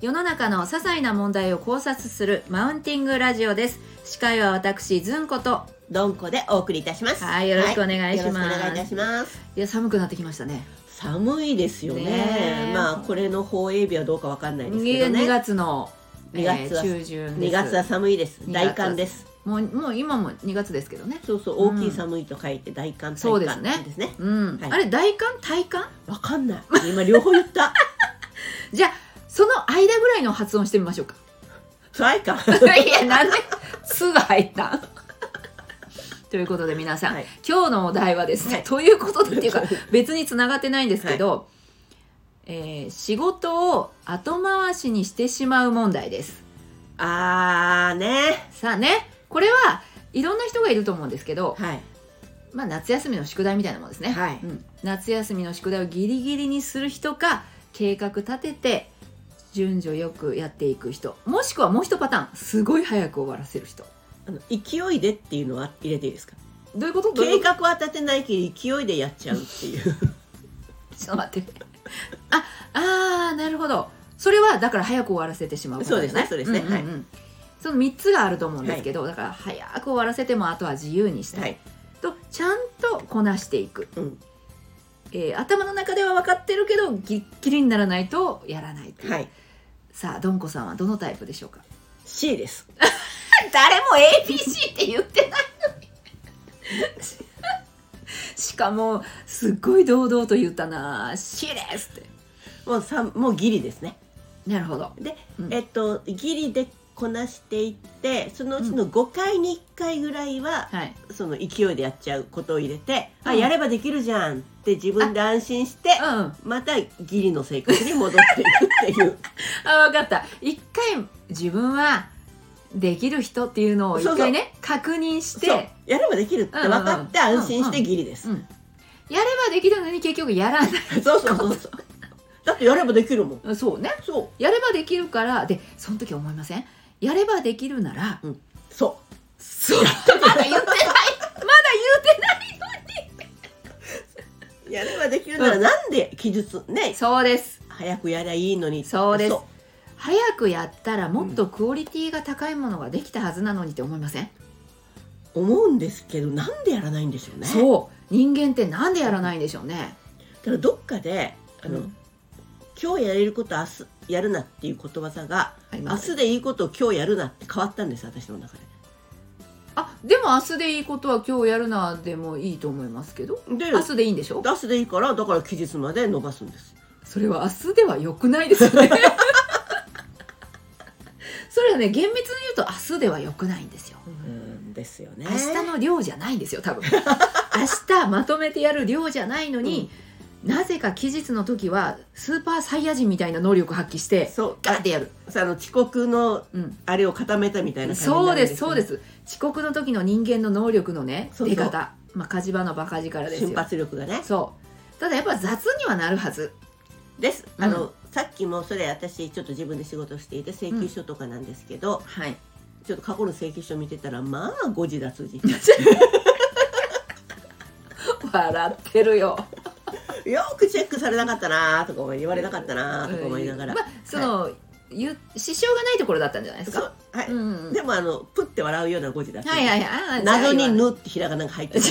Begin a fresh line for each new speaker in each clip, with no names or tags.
世の中の些細な問題を考察するマウンティングラジオです司会は私ずんこと
どんこでお送りいたします。
はいよろしくお願いします
よろくお願いいたします。
いや寒くなってきましたね
寒いですよね。
ねえ
まあこれの放映日はどうかわかんないですけど
2
ね。
月の
二月は
えー中旬で
2
す
月は寒いです。
二月は
大寒です。
もうもう今も2月ですけどね
そうそう
うん
大きい寒いと書いて大寒
そう
大
です
寒
ね
ですね。
うん、
はい
あれ大寒体感
わかんない。今両方 言った。
じゃあその間ぐらいの発音してみましょうか
つらいか。
いや なんで「す」が入った んということで皆さん、
はい
今日のお題はですね、
はい
ということでっていうか別につながってないんですけど、えー仕事を後回しにしてしまう問題です
あーね。
さあねこれはいろんな人がいると思うんですけど、
はい。
まあ、夏休みの宿題みたいなもんですね、
はい
うん、夏休みの宿題をギリギリにする人か計画立てて順序よくやっていく人もしくはもう一パターンすごい早く終わらせる人
あの勢いでっていうのは入れていいですか。
どういうことどうい
計
うこ
画は立てないけど勢いでやっちゃうっていう。
とちょっと待ってああーなるほどそれはだから早く終わらせてしまう
そうですねそうですね
は
はい
いその3つがあると思うんですけど、だから早く終わらせてもあと は自由にしたい、
はい。
とちゃんとこなしていく、
うん
えー頭の中では分かってるけどぎっきりにならないとやらないっていう
はい。
さあどんこさんはどのタイプでしょうか
C です。
誰も APC って言ってないのに しかもすっごい堂々と言ったな「C です」って
もうさもうギリですね。
なるほど
で、
うん
えっとギリでこなしていってそのうちの5回に1回ぐらいは、
はい
その勢いでやっちゃうことを入れて、
う
あ
ん
やればできるじゃんって自分で安心して
うんあ
またギリの生活に戻ってい くっていう
分かった一回自分はできる人っていうのを一回ね確認して
そうやればできるって分かって
うんうんうん
安心してギリです、
うんやればできるのに結局やらな
そうそうそうそうだってやればできるもん
い そうね
そう
やればできるからでその時思いませんやればできるなら
そ
そうま だ言ってないまだ言ってないう
やればできるなら
うん
なんで記述ね
そうです
早くやりゃいいのに
そうです早くやったらもっとクオリティが高いものができたはずなのにって思いません、
思うんですけどなんでやらないんでしょうね
そう人間ってなんでやらないんでしょうね
だからどっかであの、
うん
今日やれること明日やるなっていう言葉が
あり
明
ます
日でいいことを今日やるなって変わったんです私の中
あでも明日でいいことは今日やるなでもいいと思いますけど
で。で
明日でいいんでしょ
明日でいいからだから期日まで伸ばすんです。
それは明日では良くないですよね それはね厳密に言うと明日では良くないんですよ
うんですよね
明日の量じゃないんですよ 多分明日まとめてやる量じゃないのに、なぜか期日の時はスーパーサイヤ人みたいな能力発揮して
そう
ガーってやる、
あさあの遅刻の
うん、
あれを固めたみたいな感じにな
そ
る
うんですそうで
よね
す遅刻の時の人間の能力のね
そうそ
出
う
方まあ火事場のバカ力です
瞬
よ
発力がね。
そうただやっぱ雑にはなるはず
です。
うん
あの、さっきもそれ私ちょっと自分で仕事していて請求書とかなんですけど、
はい
ちょっと過去の請求書見てたらまあ誤字脱字。
笑ってるよ
よくチェックされなかったなーとか思い言われなかったなーとか思いながら
ま。あその、ゆ支障がないところだったんじゃないです
そ
か
うはい、
うんうん
でもあのプッて笑うような誤字だった、
はいはいはいあー
謎に
じゃあ
「
言わない
ぬ」ってひらがなが入ってる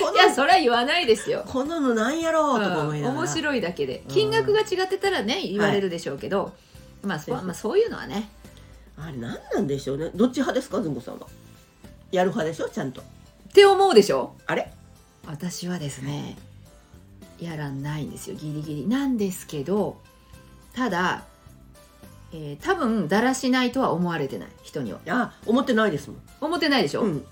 こ
いや
の
それは言わないですよ
こののなんやろうとか思いながら、
面白いだけで
うん
金額が違ってたらね言われるでしょうけど、まあそまあそういうのはね
あれ何なんでしょうねどっち派ですかずんこさんはやる派でしょちゃんと
って思うでしょ
あれ
私はですねやらないんですよギリギリなんですけどただ、えー多分だらしないとは思われてない人には
あ思ってないですもん、
思ってないでしょ、
うん、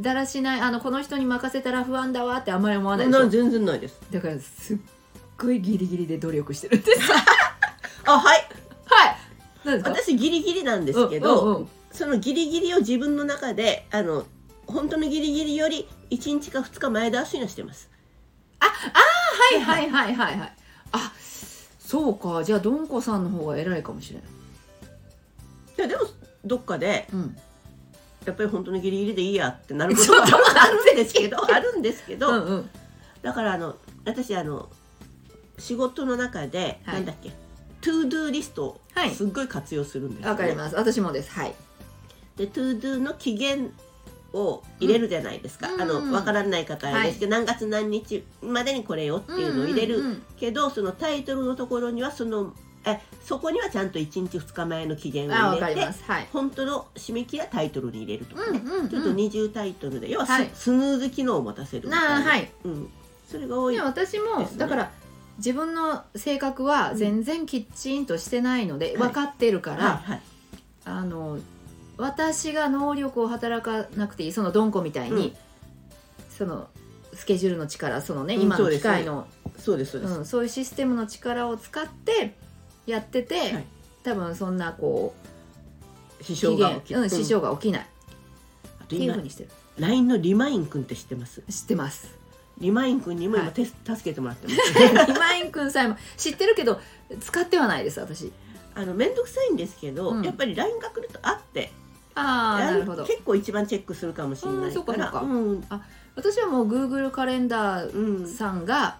だらしないあのこの人に任せたら不安だわってあんまり思わないでし
な
ょ
全然ないです
だからすっごいギリギリで努力してるんです はい
あはい
なんですか
私ギリギリなんですけど、
うんうんうん
そのギリギリを自分の中であの本当のギリギリより1日か2日前倒しにはしてます
はいはいはいはいはいあそうかじゃあどんこさんの方が偉いかもしれない、
いやでもどっかで
うん、
やっぱり本当にギリギリでいいやってなることは
ちょっと待って
あるんですけどあるんですけど、
うんうん
だからあの私あの仕事の中で、
はい
なんだっけトゥードゥーリストを
はい
すっごい活用するんですよ、ね
わかります私もですはい
でトゥードゥーの期限を入れるじゃないですか、
うん
あ
うん
のわからない方はですけど、何月何日までにこれよっていうのを入れ
う
る、
んうんうん
けどそのタイトルのところにはそのえそこにはちゃんと1日2日前の期限を
あわ
入
か
れ
りま
て
すはい
本当の締め切りはタイトルに入れるとかね、
うんうんうん
ちょっと二重タイトルで要はス,、
はい
スヌーズ機能を持たせるみ
な
た
あ
いな、
はい
うん、それが多い
で私も、
ですね
だから自分の性格は全然きっちんとしてないので、
い
分かってるから、
はいはい
あの私が能力を働かなくていいそのドンコみたいに、
うん
そのスケジュールの力そのね、
うん
今
そ
の
うで
機
す
械の
そうですそうです、
うん、そういうシステムの力を使ってやってて、
はい
多分そんなこ
支
う
障が起き
期限うん、支障が起きないっ
うんあと
ていうふう
今
にしてる
LINE のリマイン君って知ってます
知ってます
リマイン君にも
は
今
い
手、助けてもらってます
今井くんさえも知ってるけど使ってはないです私
あの面倒くさいんですけど、
うん
やっぱり LINE が来るとあって
ああなるほ
LINE
ど
結構一番チェックするかもしれ
う
なんい
そう
か
からそうか
うん
私はもう Google カレンダー
うん
さんが、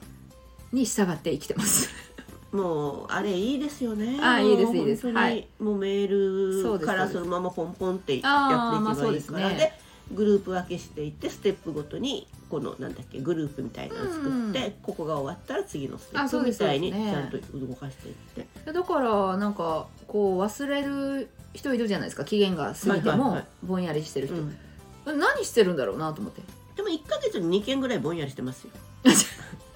に従って生きてます
もうあれいいですよね
あいいです
もう
いいです
本当に
はい
もうメ
そう
ー
で
ル
す
から
そう
そ
です
のままポンポンってやっていけ
あーまあ
ば
そう
い
で
い
す
か
ね
らでグループ分けしていってステップごとにこのなんだっけグループみたいなのを作って、
う
ここが終わったら次のステ
あ
ッ
そう
プ
で
み
すそう
た
で
い
すね
にちゃんと動かしていって、
いやだからなんかこう忘れる人いるじゃないですか期限が過ぎて
はいはい
も
はい
ぼんやりしてる人、
うん
何してるんだろうなと思って
でも1ヶ月に2件ぐらいぼんやりしてます よ
入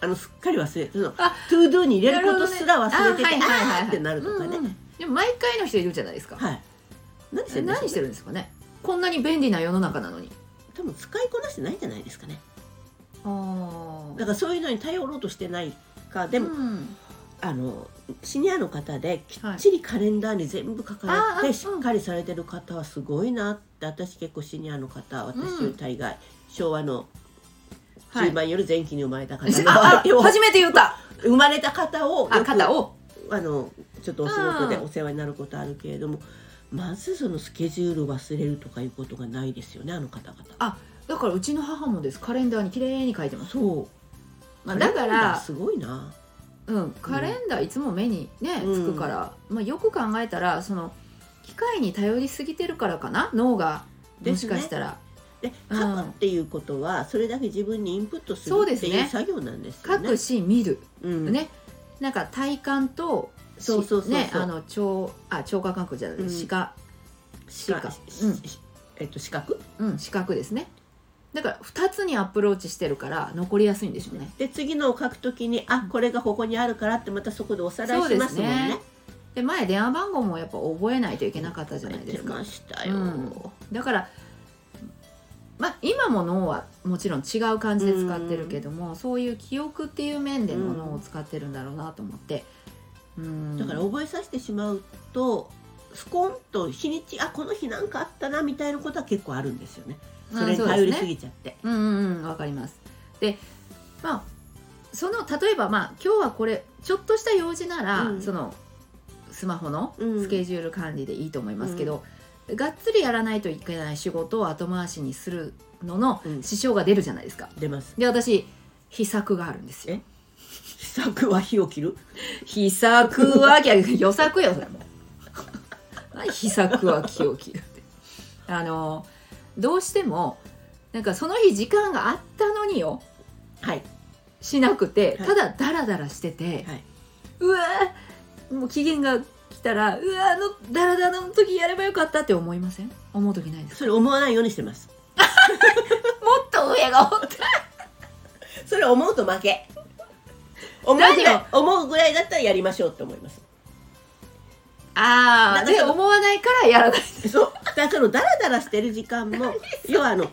あのすっかり忘れてそのト
あ
ゥードゥに入れることすら忘れてて、あーってなるとかね、
でも毎回の人いるじゃないですか、
はい。何してるんでしょうね
何してるんですかねこんなに便利な世の中なのに
多分使いこなしてないんじゃないですかね。
あ
だからそういうのに頼ろうとしてないかでも、
うん
あのシニアの方でき
はい
っちりカレンダーに全部書か
あ
れ
ー
てしっかりされてる方はすごいなって私結構シニアの方私より大概、昭和の
はい
中盤より前期に生まれた方の
あ
相手を
あ初めて言った
生まれた方をよく
あ肩を
あのちょっとお仕事で
うん
お世話になることあるけれどもまずそのスケジュール忘れるとかいうことがないですよねあの方々。
だからうちの母もですカレンダーに綺麗に書いてます、
そう
まあ、だか
カレンダー
ら
すごいな。
うん、カレンダーいつも目にね、
うん
つくから、まあ、よく考えたらその機械に頼りすぎてるからかな脳がも
です
し
ね
かしたら、
で
うん
書くっていうことはそれだけ自分にインプットする
そうで
っ
す
て
ね
いう作業なんですよ
書
ね。
くし見る、
うん、
ねなんか体感とし
そうそうそうそう
ねあの聴あ聴覚感覚じゃない、
うん
視覚
しか
し
し
うん
しえっと視覚
うん視覚ですねだから2つにアプローチしてるから残りやすいんでしょうね
で次のを書くときにあこれがここにあるからってまたそこでおさらいしますもんね。
で前電話番号もやっぱ覚えないといけなかったじゃないですか
書てましたよ。
うんだから、まあ、今も脳はもちろん違う感じで使ってるけども、そういう記憶っていう面での
うん
脳を使ってるんだろうなと思って、うん、
だから覚えさせてしまうとスコンと日にちあこの日なんかあったなみたいなことは結構あるんですよね。それに頼りすぎちゃって。
うんうんうんわかりますでまあその例えばまあ今日はこれちょっとした用事なら、
うん
そのスマホの
うん
スケジュール管理でいいと思いますけど、がっつりやらないといけない仕事を後回しにするのの
うん
支障が出るじゃないですか。
出ます。
で私秘策があるんですよ。
秘策は火を切る。
秘策は逆に予策よそれもう 何秘策は気を切るってあのどうしてもなんかその日時間があったのによ
はい
しなくて
はい
ただダラダラしてて、
はいう
わーもう期限が来たらうわーあのダラダラの時やればよかったって思いません思う時ないです
それ思わないようにしてます。
もっと上がおった
それ思うと負け思うぐらい思うぐらいだったらやりましょうって思います
あ
なん
あ
かそ
で
の
思わないからやらない
そうだからそのダラダラしてる時間も要はあの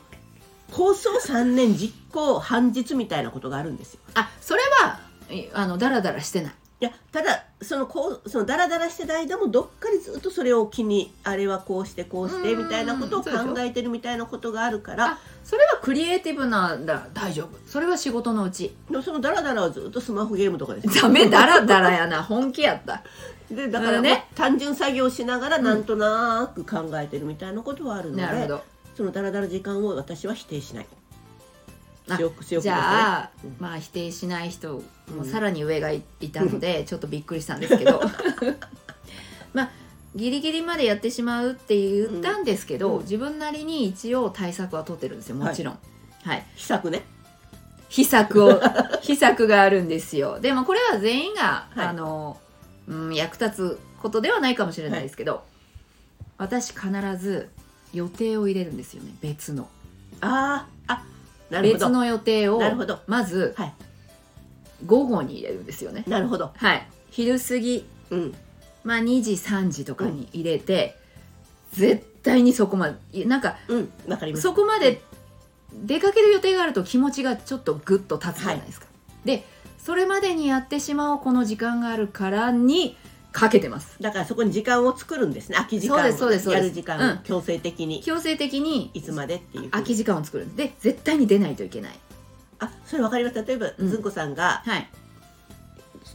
構想3年実行半日みたいなことがあるんですよ
あそれはいあのダラダラしてない
いやただそのこうそのダラダラしてる間もどっかにずっとそれを気にあれはこうしてこうして
うん
みたいなことを考えてるみたいなことがあるから
それはクリエイティブなんだ大丈夫それは仕事のうち
でもそのダラダラはずっとスマホゲームとかです
ダメだらだらや な本気やった
でだから
うんね
ね単純作業しながらなんとなく考えてるみたいなことはあるので、
なるほど
そのダラダラ時間を私は否定しない
あ
強く強く
じゃあ、
うん
まあ否定しない人
う
も
ん
さらに上がいたので、ちょっとびっくりしたんですけ どまあギリギリまでやってしまうって言ったんですけど、
うんうん
自分なりに一応対策は取ってるんですよもちろん。はい、
秘策ね
秘策 を秘策があるんですよでもこれは全員が、
はい
あの、うん、役立つことではないかもしれないですけど、私必ず予定を入れるんですよね別の
あーあなるほ
別
ど
の予定を
なるほど
まず、
はい
午後に入れるんですよね
なるほど
はい昼過ぎ
うん
まあ2時3時とかに入れて、絶対にそこまでなんか
うんわかります
そこまで出かける予定があると気持ちがちょっとグッと立つじゃないですか、でそれまでにやってしまおうこの時間があるからにかけてます
だからそこに時間を作るんですね空き時間を
そうですそうですそうです
やる時間を、
うん
強制的に
強制的に
いつまでっていう
空き時間を作るんで絶対に出ないといけない
あそれわかります例えば、
うん
ずんこさんが
はい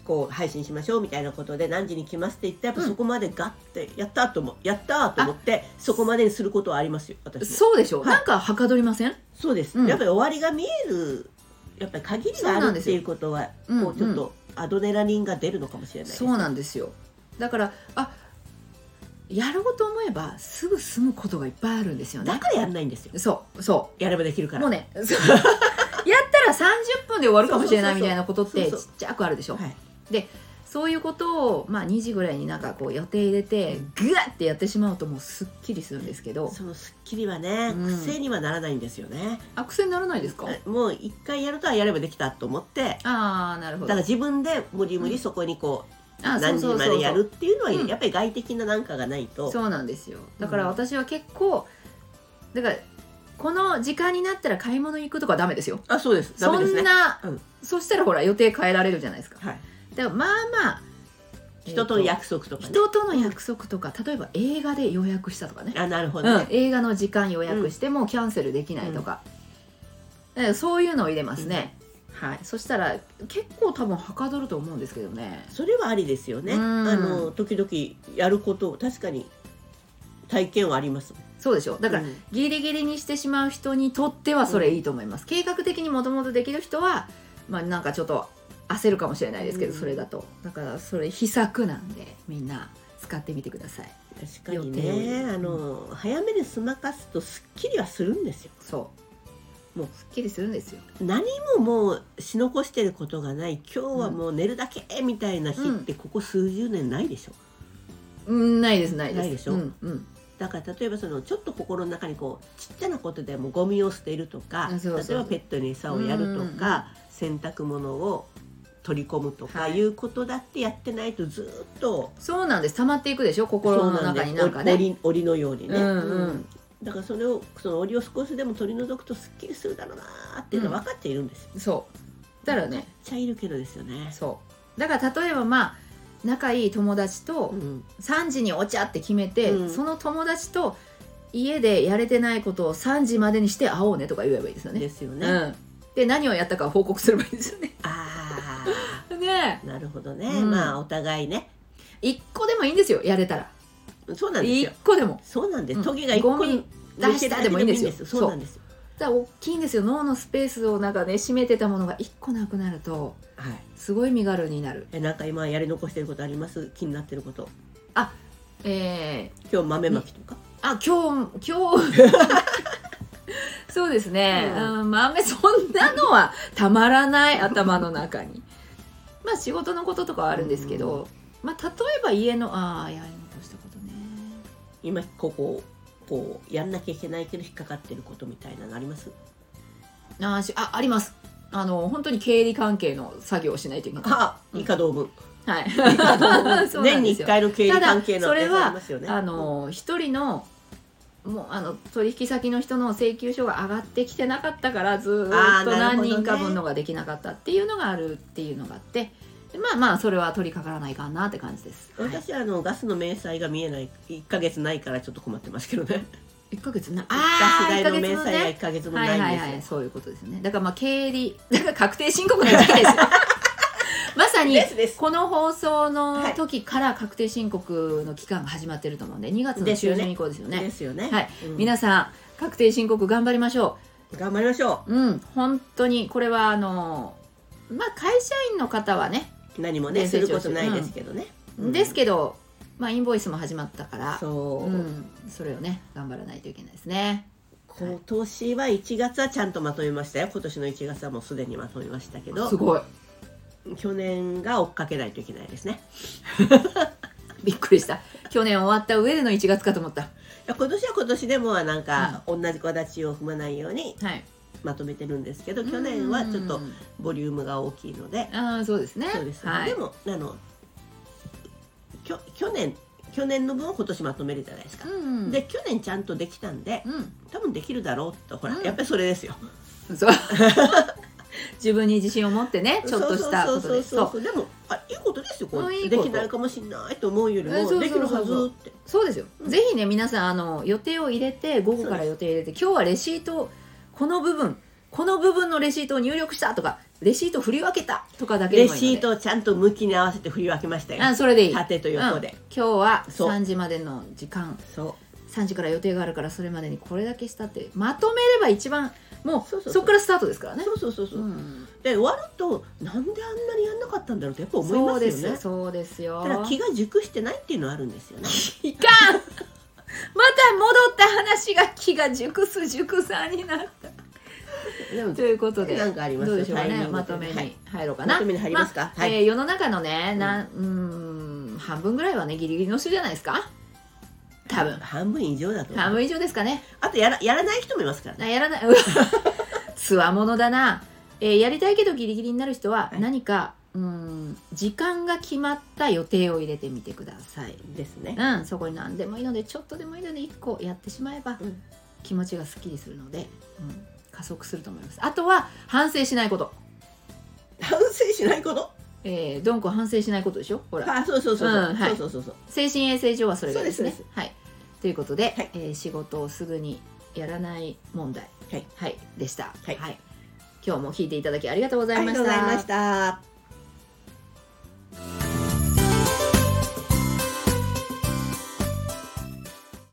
こう配信しましょうみたいなことで何時に来ますって言ってやっぱ
うん
そこまでガッてやったと思うやったーと思ってそこまでにすることはありますよ私も
そうでしょ、
はい
なんかはかどりません
そうです、
うん
やっぱり終わりが見えるやっぱり限り
そう
が
な
あ
ん
る
で
っ
す
て
よ
いうことは
うん
こうちょっとアドレナリンが出るのかもしれないです、
そうなんですよだからあやろうと思えばすぐ済むことがいっぱいあるんですよ
だ
ね
からやんないんですよ
そうそう
やればできるから
もうね、そう やったら30分で終わるかもしれない
そうそうそうそう
みたいなことってち
そ
っ
うそ
ちゃくあるでしょ。
はい、
そういうことを、まあ、2時ぐらいになんかこう予定入れて
うん
グワッてやってしまうともうすっきりするんですけど
そのスッキリはね、
うん
癖にはならないんですよね
あ癖にならないですか
もう一回やるとはやればできたと思って
ああなるほど
だから
あ
自分で無理無理そこにこう、
そ
何
う
時
そう
ま
そう
でや
そう
るっていうのは
うん
やっぱり外的ななんかがないと、
そうなんですよだから私は結構だからこの時間になったら買い物行くとかはダメですよ
あそうです
そんな、
うん
そしたらほら予定変えられるじゃないですか
はい、
だからまあまあ
人との約束とか、ね、
人との約束とか例えば映画で予約したとかね、
あなるほ
う
ど
ん
ね、、
映画の時間予約してもうキャンセルできないとか,、そういうのを入れますね、はいそしたら結構多分はかどると思うんですけどね
それはありですよね
うん
あの時々やることを確かに体験はあります
そうでしょだから、
うん
ギリギリにしてしまう人にとってはそれいいと思います、計画的にもともとできる人はまあなんかちょっと焦るかもしれないですけど、
うん
それだとだからそれ秘策なんでみんな使ってみてください
確かに
予
ね
定
あの早めに済まかすとすっきりはするんですよ
そう
もう
すっきりするんですよ
何ももうし残してることがない今日はもう寝るだけみたいな日ってここ数十年ないでしょ
うんないですないです
ないでしょ
うんうん
だから例えばそのちょっと心の中にこうちっちゃなことでもゴミを捨てるとか
あそうそうそう
例えばペットに餌をやるとか、洗濯物を取り込むとか
はい
いうことだってやってないとずーっと
そうなんです溜まっていくでしょ心の中になんかね
折折のようにね、
うんうん
うんだからそれをその折を少しでも取り除くとすっきりするだろうなーっていうのは分かっているんですよ、
そうだからね
めっちゃいるけどですよね、
そうだから例えばまあ仲いい友達と
うん
3時にお茶って決めて、
うん
その友達と家でやれてないことを3時までにして会おうねとか言えばいいですよね
ですよね、あ
うん、で何をやったか報告すればいいですよね
あ
ね
ーなるほど ね、
うん
まあお互いね
1個でもいいんですよやれたら
そうなんですよ
1個でも
そうなんで
う
す
ん
トゲが一個に
ゴミ出したでもいいんですよ
そうなんですよ
だから大きいんですよ脳のスペースをなんかね占めてたものが1個なくなると
はい
すごい身軽になる
えなんか今やり残してることあります気になってること
えー、
今日豆まきとか、
あ今日今 日そうですね、う、
うん
豆そんなのはたまらない頭の中にまあ仕事のこととかはあるんですけど、まあ例えば家のああやり残したことね
今こここうやんなきゃいけないけど引っかかってることみたいなのあります
あーしあありますあの本当に経理関係の作業をしないといけない
あ
うん
イカ同分
はい そうな
年
ん
に
ですよ
1回の経理関
た
係
だ
の
それは
ありますよね
あの一人のもうあの取引先の人の請求書が上がってきてなかったからずーっと
あーなるほ
何
どね
人か分のができなかったっていうのがあるっていうのがあってでまあまあそれは取り掛からないかなって感じです、
うん私はあのガスの明細が見えない1か月ないからちょっと困ってますけどね
1ヶ月な
ガス
ー
代
一ヶ
の明
月分
細が1か月も
は
ないいん
はい
ですよ、
はいそういうことですよねだからまあ経理だから確定申告の時期で すよまさに
ですです
この放送の時から確定申告の期間が始まってると思うんで2月の中旬以降ですよね
ですよね
はい
うん
皆さん確定申告頑張りましょう
頑張りましょ
うん本当にこれはあのまあ会社員の方はね、
う何もね
ね
することないですけどね、うん
ですけどまあインボイスも始まったから
そう、
ん、それをね頑張らないといけないですね
今年は1月はちゃんとまとめましたよ今年の1月はもうすでにまとめましたけど
すごい
去年が追っかけないといけないですね
びっくりした去年終わった上での1月かと思った
いや今年は今年でもなんか同じ形を踏まないように
はい
まとめてるんですけど去年はちょっと
うん
ボリュームが大きいので
ああそうですね
そうです、
はい
でもあのきょ去年去年の分を今年まとめるじゃないですか、
うん
で去年ちゃんとできたんで
う
多分できるだろうとほら、
うん
やっぱりそれですよ
んそう 自分に自信を持ってねちょっとしたことで
そうそうそう
そ
そうでもあいいことですよこ
う
れ
んいいこ
で
と
きないかもしれないと思うよりも
えそうそう
できるはずって
うそうですよ、
うん
ぜひね皆さんあの予定を入れて午後から予定入れて今日はレシートをこの部分この部分のレシートを入力したとかレシート振り分けたとかだけで
レ
もいいので
シートをちゃんと向きに合わせて振り分けましたよ
あそれでいい
縦と横で
うん、今日は
そう
3時までの時間
そう
3時から予定があるからそれまでにこれだけしたってまとめれば一番もう
そ
そう
そうそう
こからスタートですからね
そうそうそうそう、
うん
で終わるとなんであんなにやんなかったんだろうってやっぱ思い
そ
ま
う
す
です
よ
よ
ね
そうですよ
だから気が熟してないっていうのはあるんですよね
いかんま た戻った話が気が熟す熟さんになった
でも
ということで
なんかあります
どうでしょうか
タイミン
ね
グ
まとめ
は
に
い
入ろうかな、
まとめに入りますか、
まあ
はい、
えー世の中のねなんうーん半分ぐらいはねギリギリの人じゃないですか多分
半分以上だと思う
半分以上ですかね
あとやらやらない人もいますからね
なやらない うわつわものだな、えーやりたいけどギリギリになる人は
はい
何か、うーん時間が決まった予定を入れてみてください
ですね、
うんそこに何でもいいのでちょっとでもいいので1個やってしまえば
うん
気持ちがすっきりするので、うん、加速すると思いますあとは反省しないこと
反省しないこと
えー、どんこ反省しないことでしょほら
あそうそうそうそう、
うんはい
そうそうそうそう
精神衛生上はそれがいいですね
そうで
はいということで、
はい
えー仕事をすぐにやらない問題
はい、
でした
はい
今日も聞いていただきありがとうございました、
ありがとうございました